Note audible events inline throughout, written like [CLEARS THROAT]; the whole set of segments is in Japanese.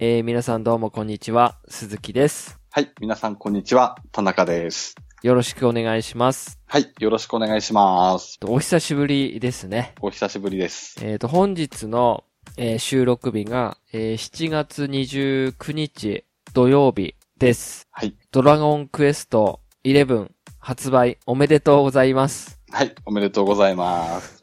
えー皆さんどうもこんにちは、鈴木です。はい。皆さん、こんにちは。田中です。よろしくお願いします。はい。よろしくお願いします。とお久しぶりですね。お久しぶりです。えっ、と、本日の、えー収録日が、えー7月29日土曜日です。はい。ドラゴンクエスト11発売おめでとうございます。はい。おめでとうございます。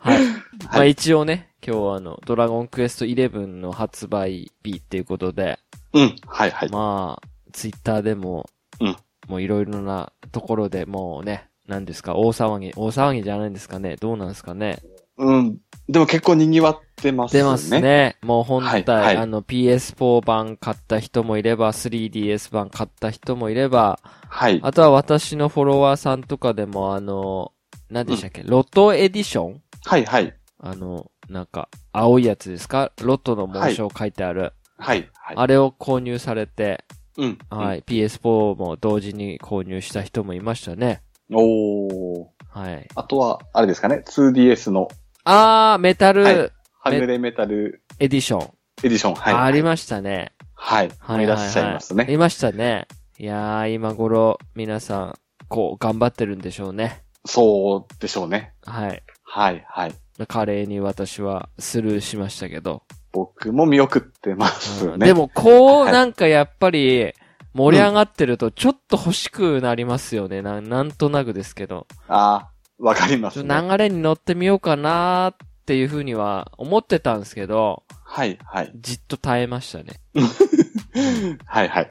はい。まあ一応ね、今日はあの、ドラゴンクエスト11の発売日っていうことで、うん。はいはい。まあ、ツイッターでも、うんもういろいろなところでもうね、何ですか、大騒ぎ、大騒ぎじゃないんですかね、どうなんですかね。うん。でも結構賑わってますね。出ますね。。もう本体、はいはいあの PS4 版買った人もいれば、3DS 版買った人もいれば、はい。あとは私のフォロワーさんとかでも、あの、何でしたっけ、ロトエディションはいはい。あの、なんか、青いやつですかロトの紋章書いてある、はいはい。あれを購入されて、うん。はい、PS4 も同時に購入した人もいましたね。うん。おー。はい。あとは、あれですかね。2DS のあー、メタルハグレメタルエディション。エディション。はい。ありす。ましたね。はい。はいいらっしゃいますははね。いましたね。いやー、今頃、皆さん、こう、頑張ってるんでしょうね。そうでしょうね。はい。はいはい。華麗に私はスルーしましたけど。僕も見送ってますうよんね。でも、こう、はいなんかやっぱり、盛り上がってると、ちょっと欲しくなりますよね。なん、なんとなくですけど。ああ、わかりまちょすっね。と流れに乗ってみようかなーっていうふうには思ってたんですけど、はいはい。じっと耐えましたね。はいはい。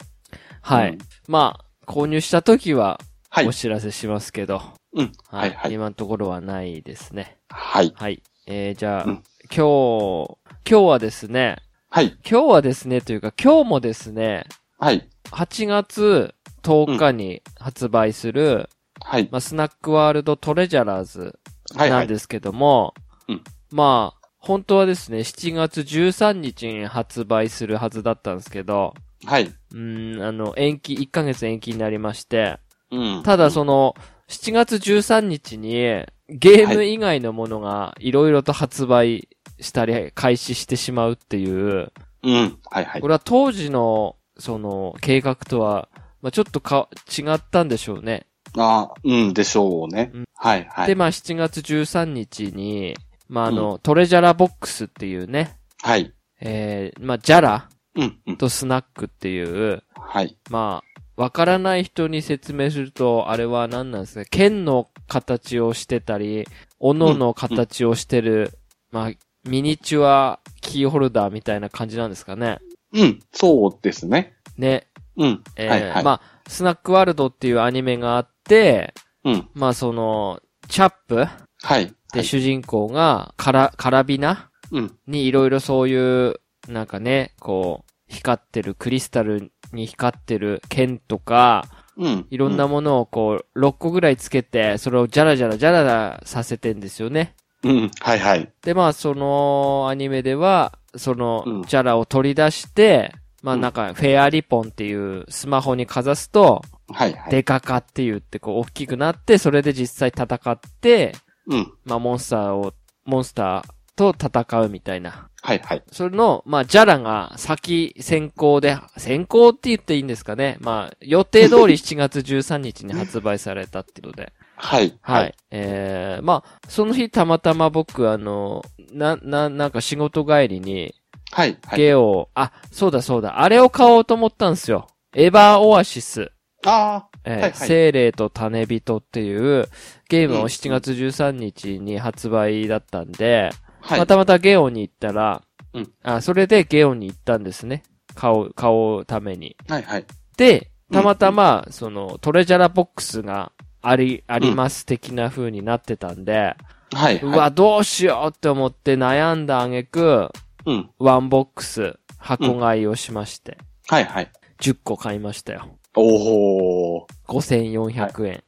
はい。うん。まあ、購入した時ははいお。知らせしますけど、うん。はいはい。今のところはないですね。はい。はい。えー、じゃあ、うん今日、今日はですね、はい。今日はですね、というか今日もですね、はい。 8月10日に発売する、はい。まあ、スナックワールドトレジャラーズはい。はなんい。ですけども、うんまあ、本当はですね、7月13日に発売するはずだったんですけど、はい。うーん、あの、延期、1ヶ月延期になりまして、うん。ただその、7月13日にゲーム以外のものがいろいろと発売したり開始してしまうっていう、うん。はいはいこ。れは当時のその計画とは、まあ、ちょっとか、違ったんでしょうね。ああ、うんでしょうねうん。はいはで、い。まあ7月13日に、まああの、トレジャラボックスっていうね、はい。えー、まあジャラうん。うん。とスナックっていう、はい。まあ、わからない人に説明すると、あれは何なんですか剣の形をしてたり、斧の形をしてる、まあ、ミニチュアキーホルダーみたいな感じなんですかね。うん。そうですね。ね。うん。えーはいはい。まあ、スナックワールドっていうアニメがあって、うん。まあその、チャップはい。はでい主人公が、から、カラビナうん。にいろいろそういう、なんかね、こう、光ってる、クリスタルに光ってる剣とか、うん。いろんなものをこう、6個ぐらいつけて、それをジャラジャラジャラジャラさせてんですよね。うん。うん。はいはい。で、まあ、そのアニメでは、そのうん、ジャラを取り出して、まあ、うんなんか、フェアリポンっていうスマホにかざすと、はいはい。デカカって言って、こう、大きくなって、それで実際戦って、うん。まあ、モンスターを、モンスターと戦うみたいな。はいはい。それの、まあ、ジャラが先、先行で、先行って言っていいんですかね。まあ、予定通り7月13日に発売されたってことで。はい。はい。。えー、まあ、その日たまたま僕、あの、な、な、なんか仕事帰りに、はいはい。ゲオ、あ、そうだそうだ、あれを買おうと思ったんですよ。エヴァーオアシス、あえーはいはい精霊と種人っていうゲームうんを7月13日に発売だったんで、あ、はいま。たまたゲオに行ったら、うんあ、それでゲオに行ったんですね。買おう、買おうために。はいはい。で、たまたま、その、トレジャラボックスがあり、あります的な風になってたんで、はいうはい。わ、どうしようって思って悩んだあげく、うん。ワンボックス、箱買いをしまして、はいはい。 10個買いましたよ。おー。 5400円。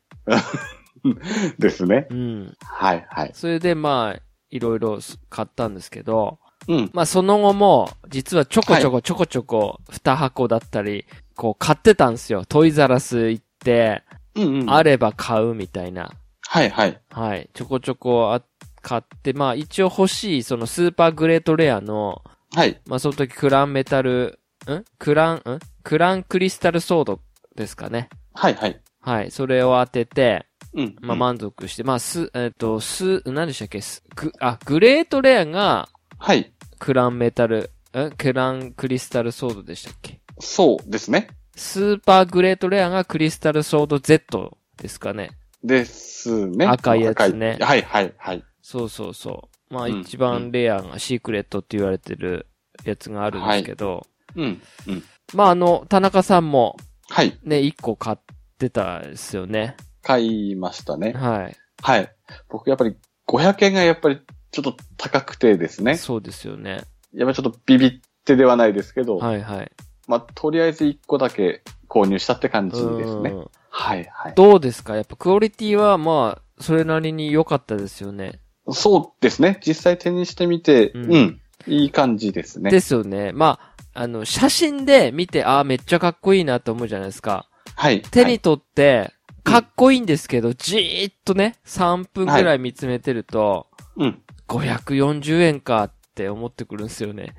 ですね。うん。はいはい。それでまあ、いろいろ買ったんですけど、うん。まあその後も、実はちょこちょこちょこちょこ、2箱だったり、こう買ってたんですよ。トイザラス行って、うんうん。あれば買うみたいな。はいはい。はい。ちょこちょこあ買って、まあ一応欲しい、そのスーパーグレートレアの、はい。まあ、その時クランメタル、んクラン、んクランクリスタルソードですかね。はい、はい。はい。それを当てて、うん。まあ、あ。満足して、まあ、す、えっ、と、す、何でしたっけす、く、あ、グレートレアがはい。クランメタル、んクランクリスタルソードでしたっけそうですね。スーパーグレートレアがクリスタルソード Z ですかね。ですね。赤いやつね赤いはい、はい、はい。そうそうそう。まあうん一番レアがシークレットって言われてるやつがあるんですけど、うん。うん。まああの、田中さんもはい。ね、一個買ってたですよね。買いましたね。はい。はい。僕やっぱり500円がやっぱりちょっと高くてですね。そうですよね。やっぱりちょっとビビってではないですけど、はいはい。まあとりあえず1個だけ購入したって感じですうね。ん。はいはい。どうですかやっぱクオリティはまあ、それなりに良かったですよね。そうですね。実際手にしてみて、ううんん。いい感じですね。ですよね。まあ、あの、写真で見て、ああ、めっちゃかっこいいなと思うじゃないですか。はい。手はにい取って、かっこいいんですけど、じーっとね、3分ぐらい見つめてると、うん。 540円かって思ってくるんですよ [LAUGHS] ね。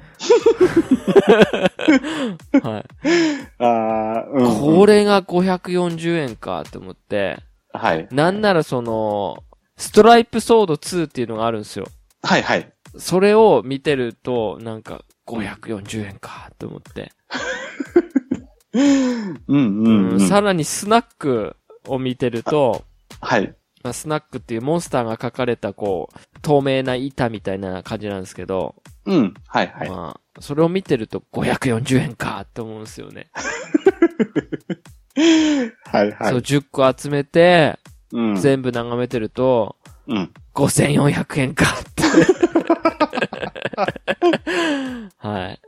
はい。ああ、うん。これが540円かって思って、はい。なんならその、ストライプソード2っていうのがあるんですよ。はいはい。それを見てると、なんか、540円かって思って。うんう、うんうんん、さらにスナックを見てると、はい。まあ、スナックっていうモンスターが書かれた、こう、透明な板みたいな感じなんですけど、うん。はいはい。まあ、それを見てると540円かって思うんですよね。はいはそう、い。 10個集めて、うん。全部眺めてると、うん。 5400円か [LAUGHS] って。 [LAUGHS] はい。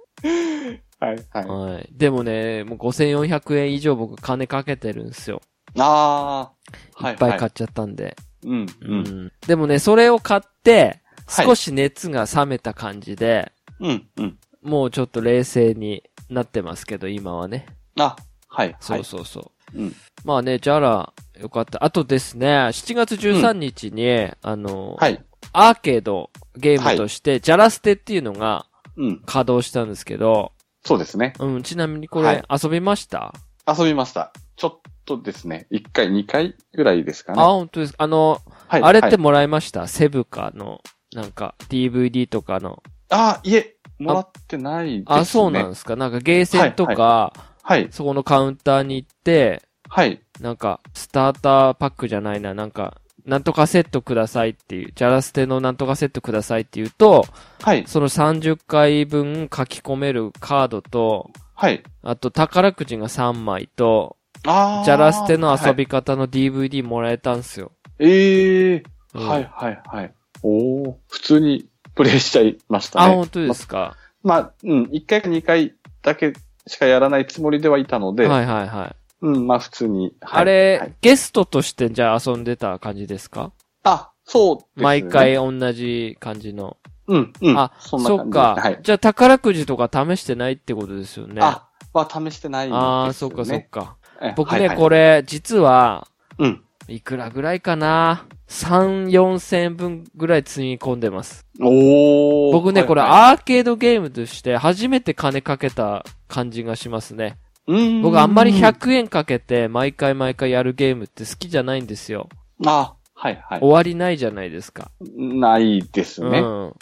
はいはい。はい。でもね、もう5400円以上僕金かけてるんですよ。ああ。はいいっぱいは買い。っちゃったんで。うん。う。うんん。でもね、それを買って、はい少し熱が冷めた感じで、うん。うん。もうちょっと冷静になってますけど、今はね。あ、はい。そはうい。そうそう。うん。まあね、じゃら、よかった。あとですね、7月13日に、あの、はい。アーケードゲームとして、じゃらステっていうのがうん。稼働したんですけど、そうですね。うん、ちなみにこれ、はい遊びました遊びました。ちょっとですね、1回、2回ぐらいですかあ、ね。本当ですか。あの、はい。あれっはてい、もらいました、セブカの、なんか、DVD とかの。あ、いえ、もらってないですね。あ、そうなんですか。なんか、ゲーセンとか、はい。そこのカウンターに行って、はい。なんか、スターターパックじゃないな、なんか、なんとかセットくださいっていう、ジャラステのなんとかセットくださいっていうと、はい。その30回分書き込めるカードと、はい。あと宝くじが3枚と、あージャラステの遊。はいび方の DVD もらえたんすよ。ええうんはい、はい、はい。おお普通にプレイしちゃいましたあ、ね。本当ですか。まあ、うん、1回か2回だけしかやらないつもりではいたのはで、いはいはい。うん、まあ普通に。はいあれ、はいゲストとしてじゃあ遊んでた感じですかあ、そうですね。毎。回同じ感じの。うん、うん。あ、そんなそ感っじか、はい。じゃあ宝くじとか試してないってことですよね。あ、は試してないんですよね。あー、そっかそっか。え。僕ね、はいはいこれ、実は、うん。いくらぐらいかな ?3、4千分ぐらい積み込んでます。おー僕ね、はいこれ、はいアーケードゲームとして初めて金かけた感じがしますね。うーん僕あんまり。100円かけて毎回毎回やるゲームって好きじゃないんですよ。あ、はいはい終。わりないじゃないですか。ないですうね。ん。うん、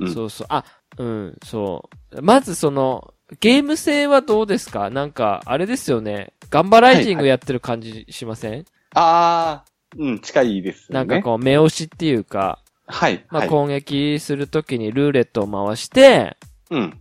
うん。そうそう。あ、うん、そう。まずその、ゲーム性はどうですかなんか、あれですよね。ガンバライジングやってる感じしません、あー、うん、近いですね。なんかこう、目押しっていうか、はい、まはあ、い。攻撃するときにルーレットを回して、うん。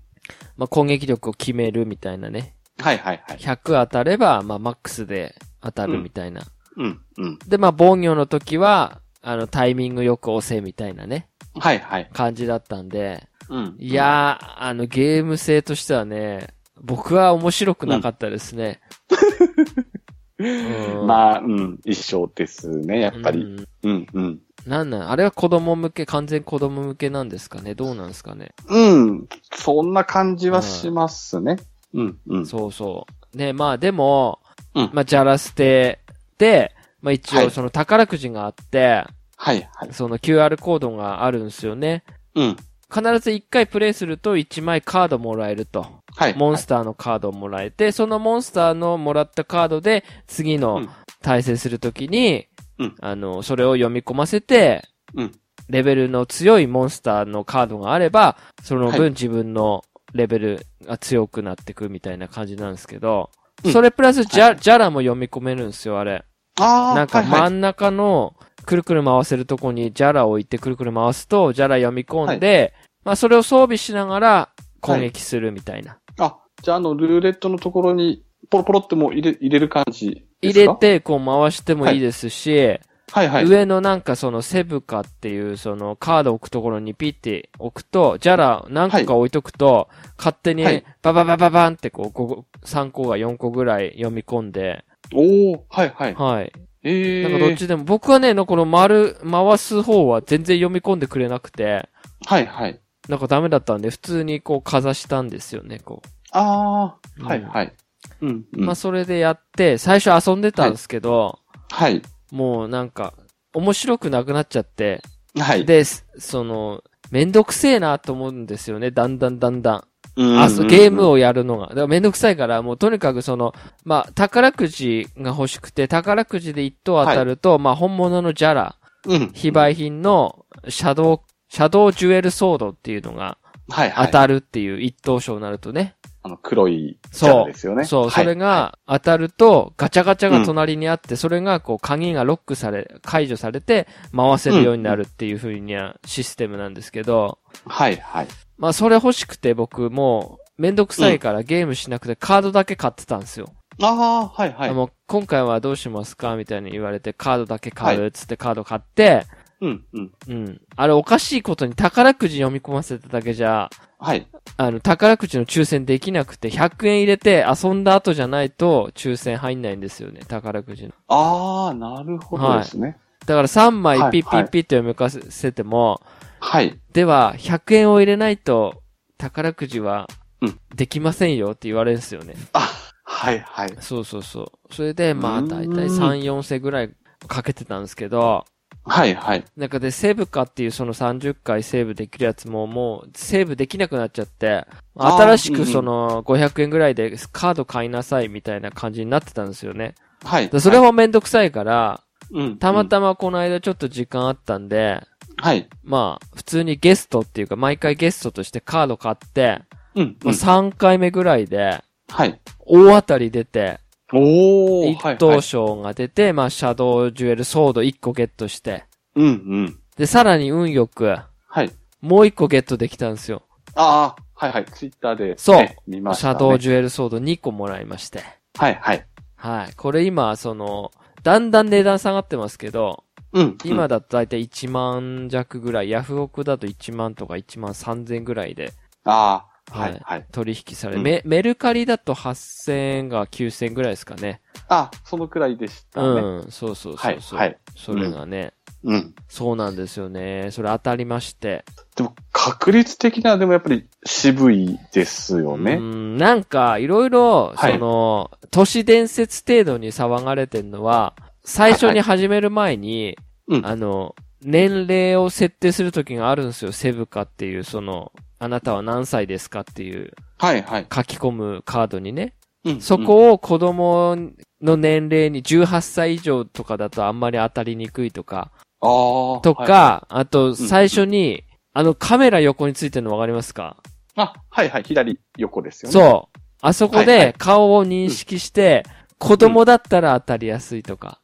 まあ、攻撃力を決めるみたいなね。はいはいはい。 100当たれば、まあ、マックスで当たるみたいな。うん、うん。で、まあ、防御の時は、あの、タイミングよく押せみたいなね、はいはい。感じだったんで。うん。いやー、あの、ゲーム性としてはね、僕は面白くなかったですね。うん。 [LAUGHS] まあ、うん、一緒ですね、やあっぱり。り。うん、うん。なんなん、あれは子供向け、完全子供向けなんですかねどうなんですかねうん、そんな感じはしますね。うん、うん。そうそう。ね、まあでも、うんまあ、じゃら捨てで、まあ一は応いその宝くじがあって、はいはい。その QR コードがあるんですよね。うん、必ず1回プレイすると1枚カードもらえると。はい。モンスターのカードをもらえて、そのモンスターのもらったカードで、次うのん対戦するときに、うんあの、それを読み込ませて、うんレベルの強いモンスターのカードがあれば、そのは分自分のレベルが強くなってくみたいな感じなんですけど、うんそれプラスジャ,、ジャラも読み込めるんですよ、あれ。ああ、なんかはいはい真ん中のくるくる回せるとこにジャラを置いてくるくる回すと、ジャラ読み込んで、まあそれを装備しながら攻撃するみたいな。あ、じゃああの、ルーレットのところに、ポロポロってもう入れ、入れる感じで入すかれ。て、こう回してもいいですし、はいはい。上のなんかそのセブカっていうそのカード置くところにピッて置くと、ジャラ何個か置いとくと、勝手にはいバババババンってこう5個、3個が4個ぐらい読み込んで、おおはいはい。はい。えなえんかどっちでも、僕はね、のこの丸、回す方は全然読み込んでくれなくて、はいはい。なんかダメだったんで、普通にこうかざしたんですよね、こう。あうあ、んはいはい。うん、うんまあそれでやって、最初遊んでたんですけど、はい。もうなんか、面白くなくなっちゃって、はい。で、すその、めんどくせえなと思うんですよね。だんだんだんだん。うんうんうんあ、そうゲームをやるのが。だからめんどくさいから、もうとにかくその、まあ、宝くじが欲しくて、宝くじで一等当たると、まあ、本物のジャラ、うん。非売品のシャドウ、シャドウジュエルソードっていうのがはいはい。当たるっていう一等賞になるとね。あの、黒いそうキャラですよね。そう、はいそれが当たると、ガチャガチャが隣にあって、それがこう、鍵がロックされ、解除されて、回せるようになるっていう風にはシステムなんですけど、はいはい。まあそれ欲しくて僕もうめんどくさいからゲームしなくてカードだけ買ってたんですよ。ああー、はいはいあ。もう今回はどうしますかみたいに言われてカードだけ買うっつってカード買って、うん、うん。うん。あれおかしいことに宝くじ読み込ませただけじゃ、はい。あの宝くじの抽選できなくて100円入れて遊んだ後じゃないと抽選入んないんですよね、宝くじの。ああ、なるほどですね。だから3枚はいピッピッピッと読みかせても、はい。では100円を入れないと宝くじはうんできませんよって言われるんですよね。あ、はいはい。そうそうそう。それで、まあ、うーんだいたい3、4世ぐらいかけてたんですけど、はいはい。なんかで、セーブかっていうその30回セーブできるやつももう、セーブできなくなっちゃって、あー新しうんうくんその、500円ぐらいでカード買いなさいみたいな感じになってたんですよね。はい。でそれはもめんどくさいから、い、うんたまたまこの間ちょっと時間あったんで、うんはい。まあ、普通にゲストっていうか、毎回ゲストとしてカード買って、うん、うまあ、ん。 3回目ぐらいで、はい。大当たり出て、おおはい一は等い。賞が出て、まあ、シャドウジュエルソード1個ゲットして、うん、うん。で、さらに運よく、はい。もう1個ゲットできたんですよ。ああ、はいはい。ツイッターで、ね。そう見ましシた、ね。ャドウジュエルソード2個もらいまして。はいはい。はい。これ今、その、だんだん値段下がってますけど、うん。今だ。だとだいたい1万弱ぐらい、ヤフオクだと1万とか1万3000ぐらいでああ、ははいいはい。取引され、うんメメルカリだと8000円が9000円ぐらいですかね。あそのくらいでしたね。うん、そうそうはそいうそう。はい。それがね、うん。そうなんですよね。それ当たりまして。でも、確率的な、でもやっぱり渋いですようね。ん、なんか、いろいろ、はいその、都市伝説程度に騒がれてるのは、最初に始める前に、はいうんあの、年齢を設定するときがあるんですよ。セブカっていう、その、あなたは何歳ですかっていうはいはい。書き込むカードにね。うんそこを子供の年齢に18歳以上とかだとあんまり当たりにくいとか、ああ。とはいか、あと最初に、あのカメラ横についてるのわかりますかあ、はいはい。左横ですよね。う。そう。あそこはいはでい顔を認識して、子供だったら当たりやすいとか、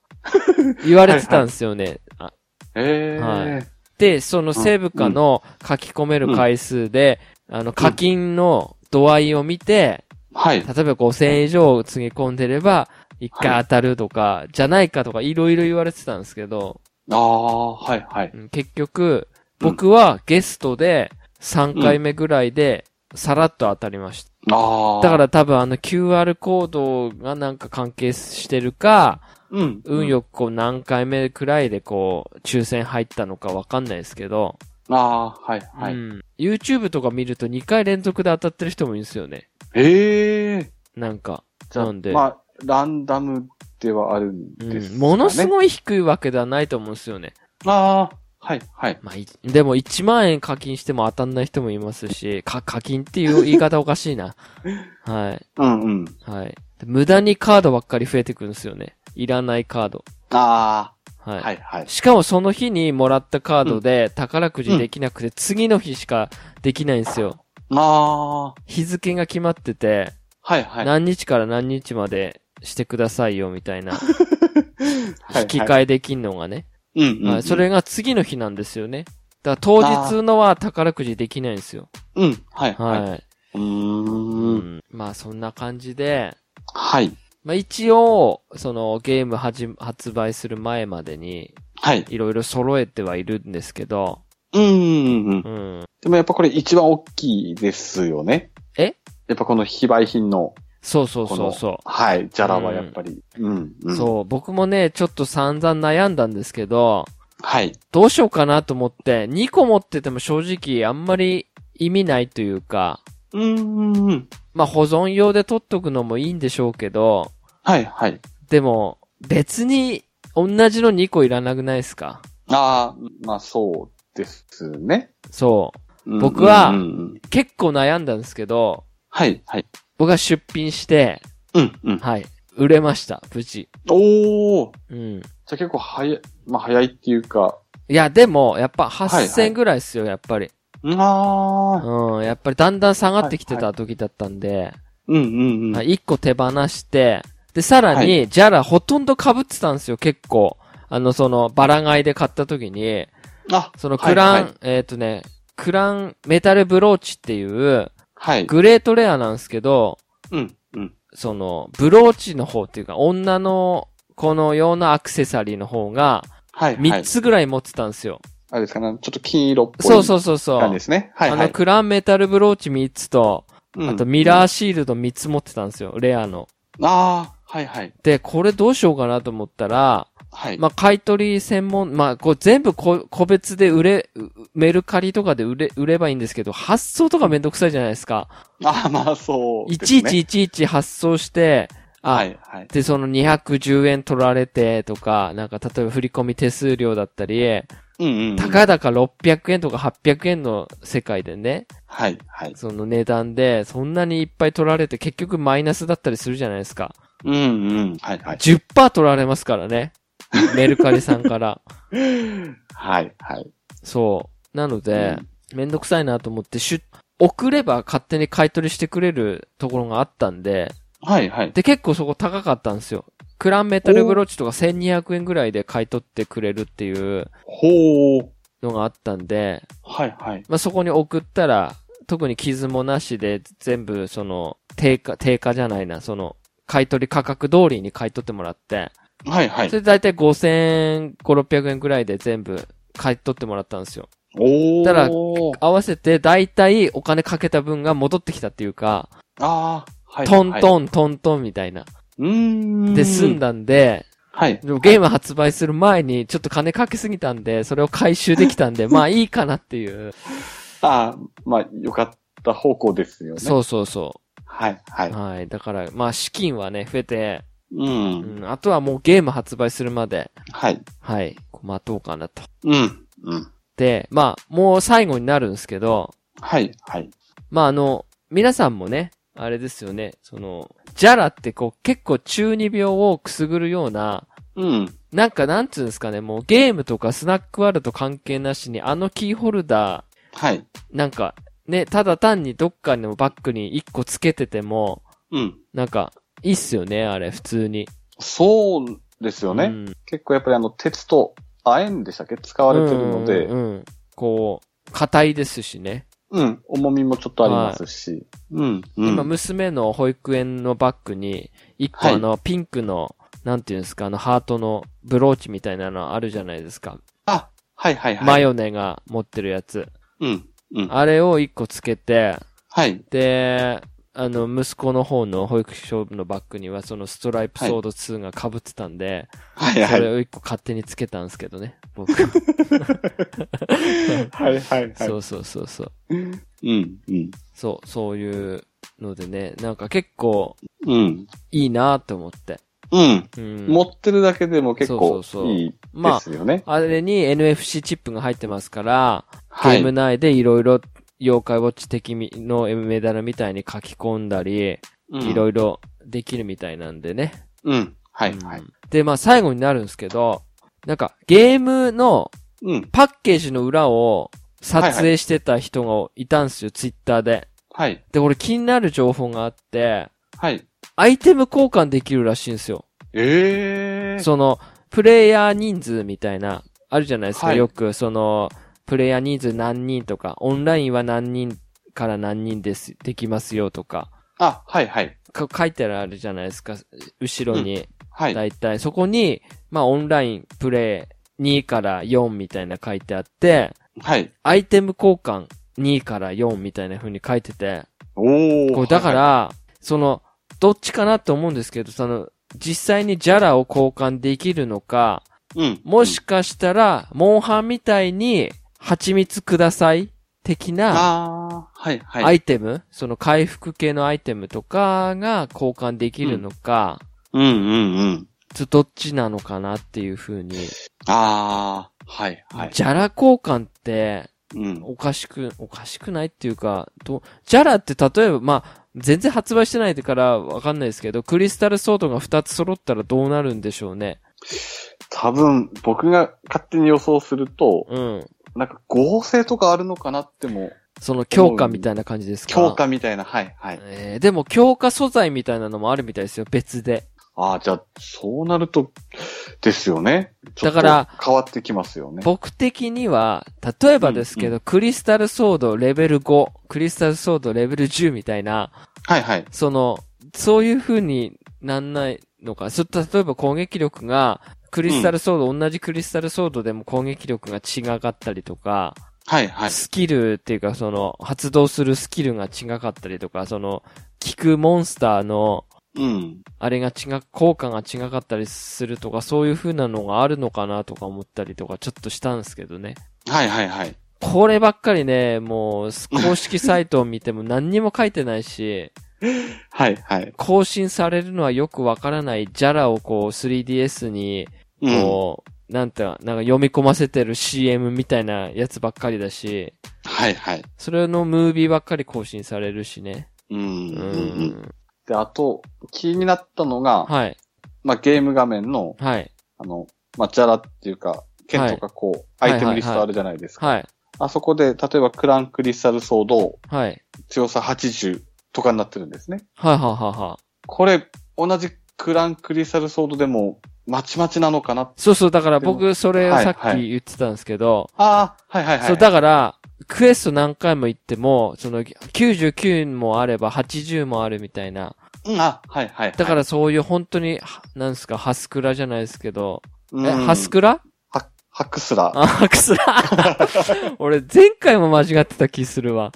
言われてたんですよね。あええはで、そのセブカの書き込める回数で、あの課金の度合いを見て、はい。例えば5000円以上つぎ込んでれば、一回当たるとか、じゃないかとか、いろいろ言われてたんですけど、ああ、はいはい。うん結局、僕はゲストで3回目ぐらいで、さらっと当たりました。ああ。だか、ら多分あの QR コードがなんか関係してるか、うん。運。よくこう何回目くらいでこう、抽選入ったのかわかんないですけど、ああ、はいはうい。ん YouTube とか見ると2回連続で当たってる人もいるんですよね。ええ。なんか。じゃなあんでまあ、ランダムではあるんうですかんね。ものすごい低いわけではないと思うんですよね。ああ、はい、はい。まあ、いでも1万円課金しても当たんない人もいますし、か、課金っていう言い方おかしい [LAUGHS] な。はい。うんうん。はい。で無駄にカードばっかり増えてくるんですよね。いらないカード。あはあ、い。はい、はい。しかもその日にもらったカードで宝くじできなくて、次の日しかできないんですよ。ああ、日付が決まってて、はい、はい。何日から何日までしてくださいよ、みたい [LAUGHS] な。はい引き換えできんのがね。うんうん、うん。はい。それが次の日なんですよね。だから当日のは宝くじできないんですよ。うん、はい、はい。はうい。ーん。まあそんな感じで、はい、まあ一応、そのゲームはじ発売する前までに、はい。いろいろ揃えてはいるんですけど、うんうん、うん。うん。でもやっぱこれ一番大きいですよね。えやっぱこの非売品の、そうそうこその、うそう。はい、ジャラはやっぱり。うん、うん。う。そう、僕もね、ちょっと散々悩んだんですけど、はい。どうしようかなと思って、2個持ってても正直あんまり意味ないというか、うん、うんうん。まあ保存用で取っとくのもいいんでしょうけど、はい、はい。でも別に同じの2個いらなくないですかああ、まあそうですね。そうん僕はうんうんう。結構悩んだんですけど、はい、はい。僕は出品して、うん、うん。はい、売れました、無事。おー。うん。じゃあ結構早い、まあ早いっていうか、いや、でも、やっぱはいは8000いぐらいですよ、やっぱり。ああ、うん、やっぱりだんだん下がってきてた時だったんで、うんうんうん。はい、一個手放して、で、さらはに、ジャラほとんど被ってたんですよ、結構。あの、その、バラ買いで買った時に、あ、そのクラン、はいはいえっ、とね、クランメタルブローチっていう、はい。グレートレアなんですけど、うん、うん。その、ブローチの方っていうか、女の、このようなアクセサリーの方が、はい、は3い。つぐらい持ってたんですよ。あれですかね、ちょっと金色っぽいそうそうそうそう。感じですね。はい、はい。あの、クランメタルブローチ3つと、うんあとミラーシールド3つ持ってたんですよ、レアの。ああ、はいはい。で、これどうしようかなと思ったら、はい。まあ、買い取り専門、まあ、こう全部こ個別で売れ、うメルカリとかで売れ、売ればいいんですけど、発送とかめんどくさいじゃないですか。ああ、まあそういですね。ちいちいちいち発送して、あ、はいはい。で、その210円取られてとか、なんか例えば振り込み手数料だったり、うんうんうん。たかだか600円とか800円の世界でね、はいはい。その値段で、そんなにいっぱい取られて結局マイナスだったりするじゃないですか。うんうん。はいはい。 10%取られますから [LAUGHS] ね。メルカリさんから。はいはい。そう。なので、めんどくさいなと思って、しゅ、送れば勝手に買い取りしてくれるところがあったんで、はいはい。で、結構そこ高かったんですよ。クランメタルブローチとか1200円ぐらいで買い取ってくれるっていうほう。のがあったんで、はいはい。まあ、そこに送ったら、特に傷もなしで、全部、その、定価、定価じゃないな、その、買い取り価格通りに買い取ってもらって、はいはそい。れで大体5000円、5、600円ぐらいで全部買い取ってもらったんですよ。おー。ただ合わせて大体お金かけた分が戻ってきたっていうか、ああ、はい。トンン。トントントンみたいな。うーん。で済ん。だんで、はい。でもゲーム発売する前にちょっと金かけすぎたんで、それを回収できたん [LAUGHS] で、まあいいかなっていう。ああ、まあ、よかった方向ですよね。う。そうそうそう。はいはい。はい。だから、まあ資金はね、増えて、う。うんん、あとはもうゲーム発売するまで、はい。はい、待とうかなと。うん。うん。で、まあ、もう最後になるんですけど、はいはい。まああの、皆さんもね、あれですよね、その、ジャラってこう結構中二病をくすぐるような、うん。なんかなんつうんですかね、もうゲームとかスナックワールド関係なしにあのキーホルダはい。ー、なんかね、ただ単にどっかのバッグに1個つけてても、うん。なんか、いいっすよね、あれ、普通に。そうですよね。うん結構やっぱりあの、鉄と亜鉛でしたっけ使われてるので、うんうんうんこう、硬いですしね。うん、重みもちょっとありますし、うん、うん。今、娘の保育園のバッグに、一個はいあの、ピンクの、なんていうんですか、あの、ハートのブローチみたいなのあるじゃないですか。あ、はいはいはい。マヨネが持ってるやつ。うん、うん。あれを一個つけて、はい。で、あの、息子の方の保育所のバッグには、そのストライプソード2が被ってたんで、はいはそい。れはを一個勝手につけたんですけどね、僕。いはいはい。そうそうそうそう。うん、うん。そう、そういうのでね、なんか結構うん。いいなと思って。うん。うん。持ってるだけでも結そ構うそうそういいですよね。あれに NFC チップが入ってますから、はゲームい。内でいろいろ妖怪ウォッチ的みのメダルみたいに書き込んだり、いろいいろ。ろできるみたいなんでね。うん。はうい。んはい。で、まあ最後になるんですけど、なんかゲームのうん。パッケージの裏を撮影してた人がいたんですよ、ツイッターで。はい。で、俺気になる情報があって、はい。アイテム交換できるらしいんですよ。ええー。その、プレイヤー人数みたいな、あるじゃないですか、はいよく、その、プレイヤー人数何人とか、オンラインは何人から何人です、できますよとか、あ、はいはい。か書いてあるじゃないですか、後ろに。はい。だいたい、そこに、まあ、オンラインプレイ2から4みたいな書いてあって、はい。アイテム交換2から4みたいな風に書いてて、おー。これだかはいら、その、どっちかなと思うんですけど、その、実際にジャラを交換できるのか、はい、うん。もしかしたら、モンハンみたいに、蜂蜜ください的うん、なああー、はいはい。アイテム、その回復系のアイテムとかが交換できるのか、うんうんうん。ちょどっちなのかなっていう風に、ああ、はいはい。ジャラ交換って、うん。おかしく、おかしくないっていうか、と、ジャラって例えば、まあ、全然発売してないからわかんないですけど、クリスタルソードが2つ揃ったらどうなるんでしょうね。多分、僕が勝手に予想すると、うん。なんか合成とかあるのかなっても、その強化みたいな感じですか強化みたいな、はいはい。えーでも強化素材みたいなのもあるみたいですよ、別で。ああ、じゃあ、そうなると、ですよね。ちょっとだから変わってきますよね。僕的には、例えばですけど、うんクリスタルソードレベル5、クリスタルソードレベル10みたいな、はいはい。その、そういう風になんないのか。そ例えば攻撃力が、クリスタルソード、同じクリスタルソードでも攻撃力が違かったりとか、はいはい。スキルっていうかその、発動するスキルが違かったりとか、その、効くモンスターの、うん。あれが違う、効果が違かったりするとか、そういう風なのがあるのかなとか思ったりとか、ちょっとしたんですけどね。はいはいはい。こればっかりね、もう、公式サイトを見ても何にも書いてないし、はいはい。更新されるのはよくわからないジャラをこう 3DS に、うん。はこう、なんていうか、なんか読み込ませてる CM みたいなやつばっかりだし、いはい。それのムービーばっかり更新されるしね。うん。ううんうん、ん。で、あと、気になったのが、はい。まあ、ゲーム画面の、はい。あの、まあ、ジャラっていうか、剣とかこう、はいアイテムリスはいはいはいトあるじゃないですか。はい。あそこで、例えばクランクリスタルソード、はい。強さ80とかになってるんですね。はいはいはいはい。これ、同じクランクリスタルソードでも、まちまちなのかなそうそう、だから僕、それをさはっいはきい言ってたんですけど、ああ、はいはいはい。そう、だから、クエスト何回も行っても、その、99もあれば80もあるみたいな。うん、あ、はいはいはい。だからそういう本当に、はなんですか、ハスクラじゃないですけど、うん、え、ハスクラはハクスラー。あ、ハクスラ [LAUGHS] 俺、前回も間違ってた気するわ。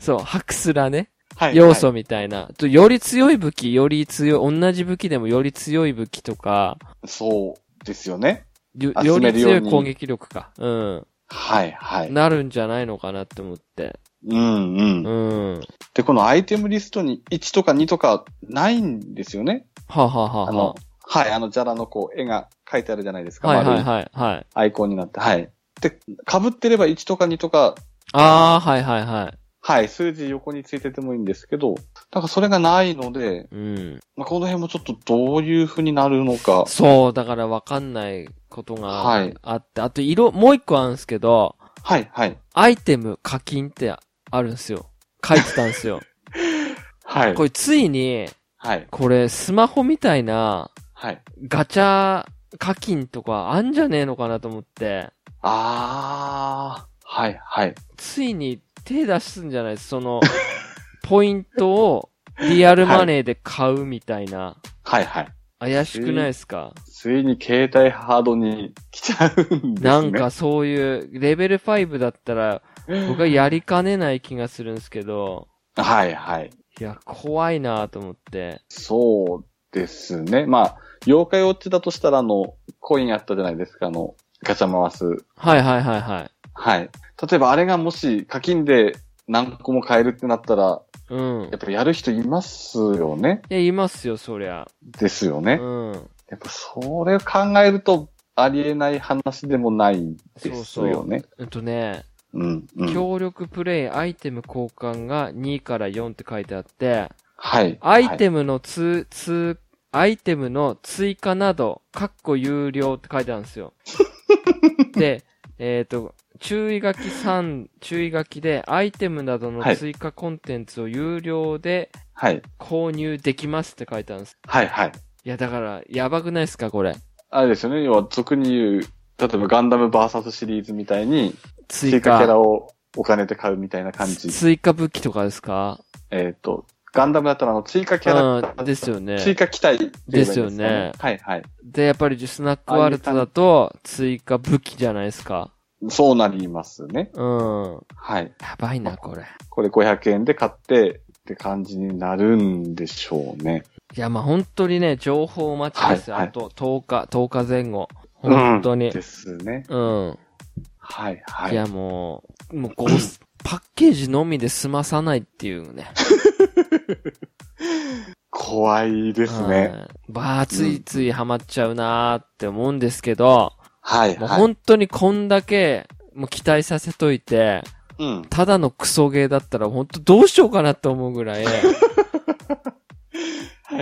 そう、ハクスラね。はい。要素みたいな。とより強い武器、より強い、同じ武器でもより強い武器とか、はいそうですよね。よあよ進めりるよ強うにい攻撃力か。うん。はいはい。なるんじゃないのかなって思って。うんうん。うん。で、このアイテムリストに1とか2とかないんですよね。はあ、はあはああのは、はい、あの、ジャラのこう、絵が書いてあるじゃないですあ、か。はいはい丸いはいはい。アイコンになって、はい。で、被ってれば1とか2とか、ああ、はいはいはい。はい、数字横についててもいいんですけど、なんかそれがないので、うん。まあ、この辺もちょっとどういう風になるのか。そう、だからわかんないことはがいあって、あと色、もう一個あるんですけど、はい、はい。アイテム課金ってあるんすよ。書いてたんす [LAUGHS] よ。はい。これついに、はい。これスマホみたいなはい。ガチャ課金とかあんじゃねえのかなと思って、あー。はい、はい。ついに手出すんじゃないですそ [LAUGHS] の、ポイントをリアルマネーで買うみたいな。はい、はい。怪しくないですか、ついに携帯ハードに来ちゃうんですね。なんかそういう、レベル5だったら、僕はやりかねない気がするんですけど、はい、はい。いや、怖いなと思って。そうですね。まあ、妖怪ウォッチだとしたら、あの、コインあったじゃないですか、あの、ガチャ回す。はいはいはいはい。はい。例えばあれがもし課金で何個も買えるってなったら、うんや。っぱやる人いますよね。いや、いますよ、そりゃ。ですようね。ん。やっぱそれを考えると、ありえない話でもないですよね。えっとね、うん、うん。協力プレイ、アイテム交換が2から4って書いてあって、はい。アイム、テムのつ、つ、アイテムの追加など、かっこ有料って書いてあるんで [LAUGHS] すよ。で、えっ、と、注意書き3、注意書きで、アイテムなどのはい追加コンテンツを有料ではい。購入できますって書いてあるんです。はい、はい。いや、だから、やばくないですか、これ。あれですよね。要は、俗に言う、例えばガンダム VS シリーズみたいに、追追加。加キャラをお金で買うみたいな感じ。追加武器とかですかえっ、と、ガンダムだったらあの追加キャラクうターん、ですよね。追加機体って言えばいいんかですよねはいはい。で、やっぱりスナックワールドだと、追加武器じゃないですか。そうなりますね。うん。はい。やばいな、これ。これ500円で買ってって感じになるんでしょうね。いや、まあ、本当にね、情報待ちですよ。はいはいあと10日、10日前後。本当にうん。ですね。うん。はいい、はい。や、もう、もう [CLEARS THROAT] ゴース、パッケージのみで済まさないっていうね。怖いですね。うん。ばあ、ついついハマっちゃうなーって思うんですけど、はいもうはい。本当にこんだけ、もう期待させといて、うん。ただのクソゲーだったら本当どうしようかなって思うぐらい、は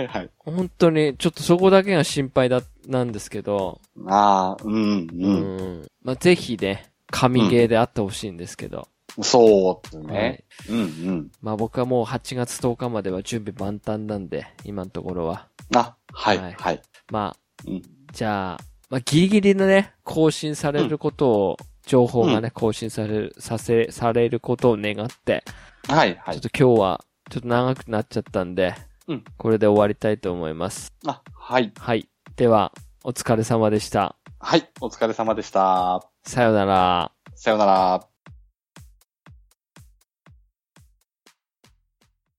いはい。本当に、ちょっとそこだけが心配だ、なんですけど、ああ、うんううん。ん。まあ、ぜひね、神ゲーであってほしいんですけど、そうですはねい。うんうん。まあ、僕はもう8月10日までは準備万端なんで、今のところは。あ、はいはいはい。まあ、うんじゃあ、まあ、ギリギリのね、更新されることを、情報がね、更新される、させ、されることを願って、はいはちょっい。と今日は、ちょっと長くなっちゃったんで、うんこれで終わりたいと思います。あ、はい。はい。では、お疲れ様でした。はい。お疲れ様でした。さよなら。さよなら。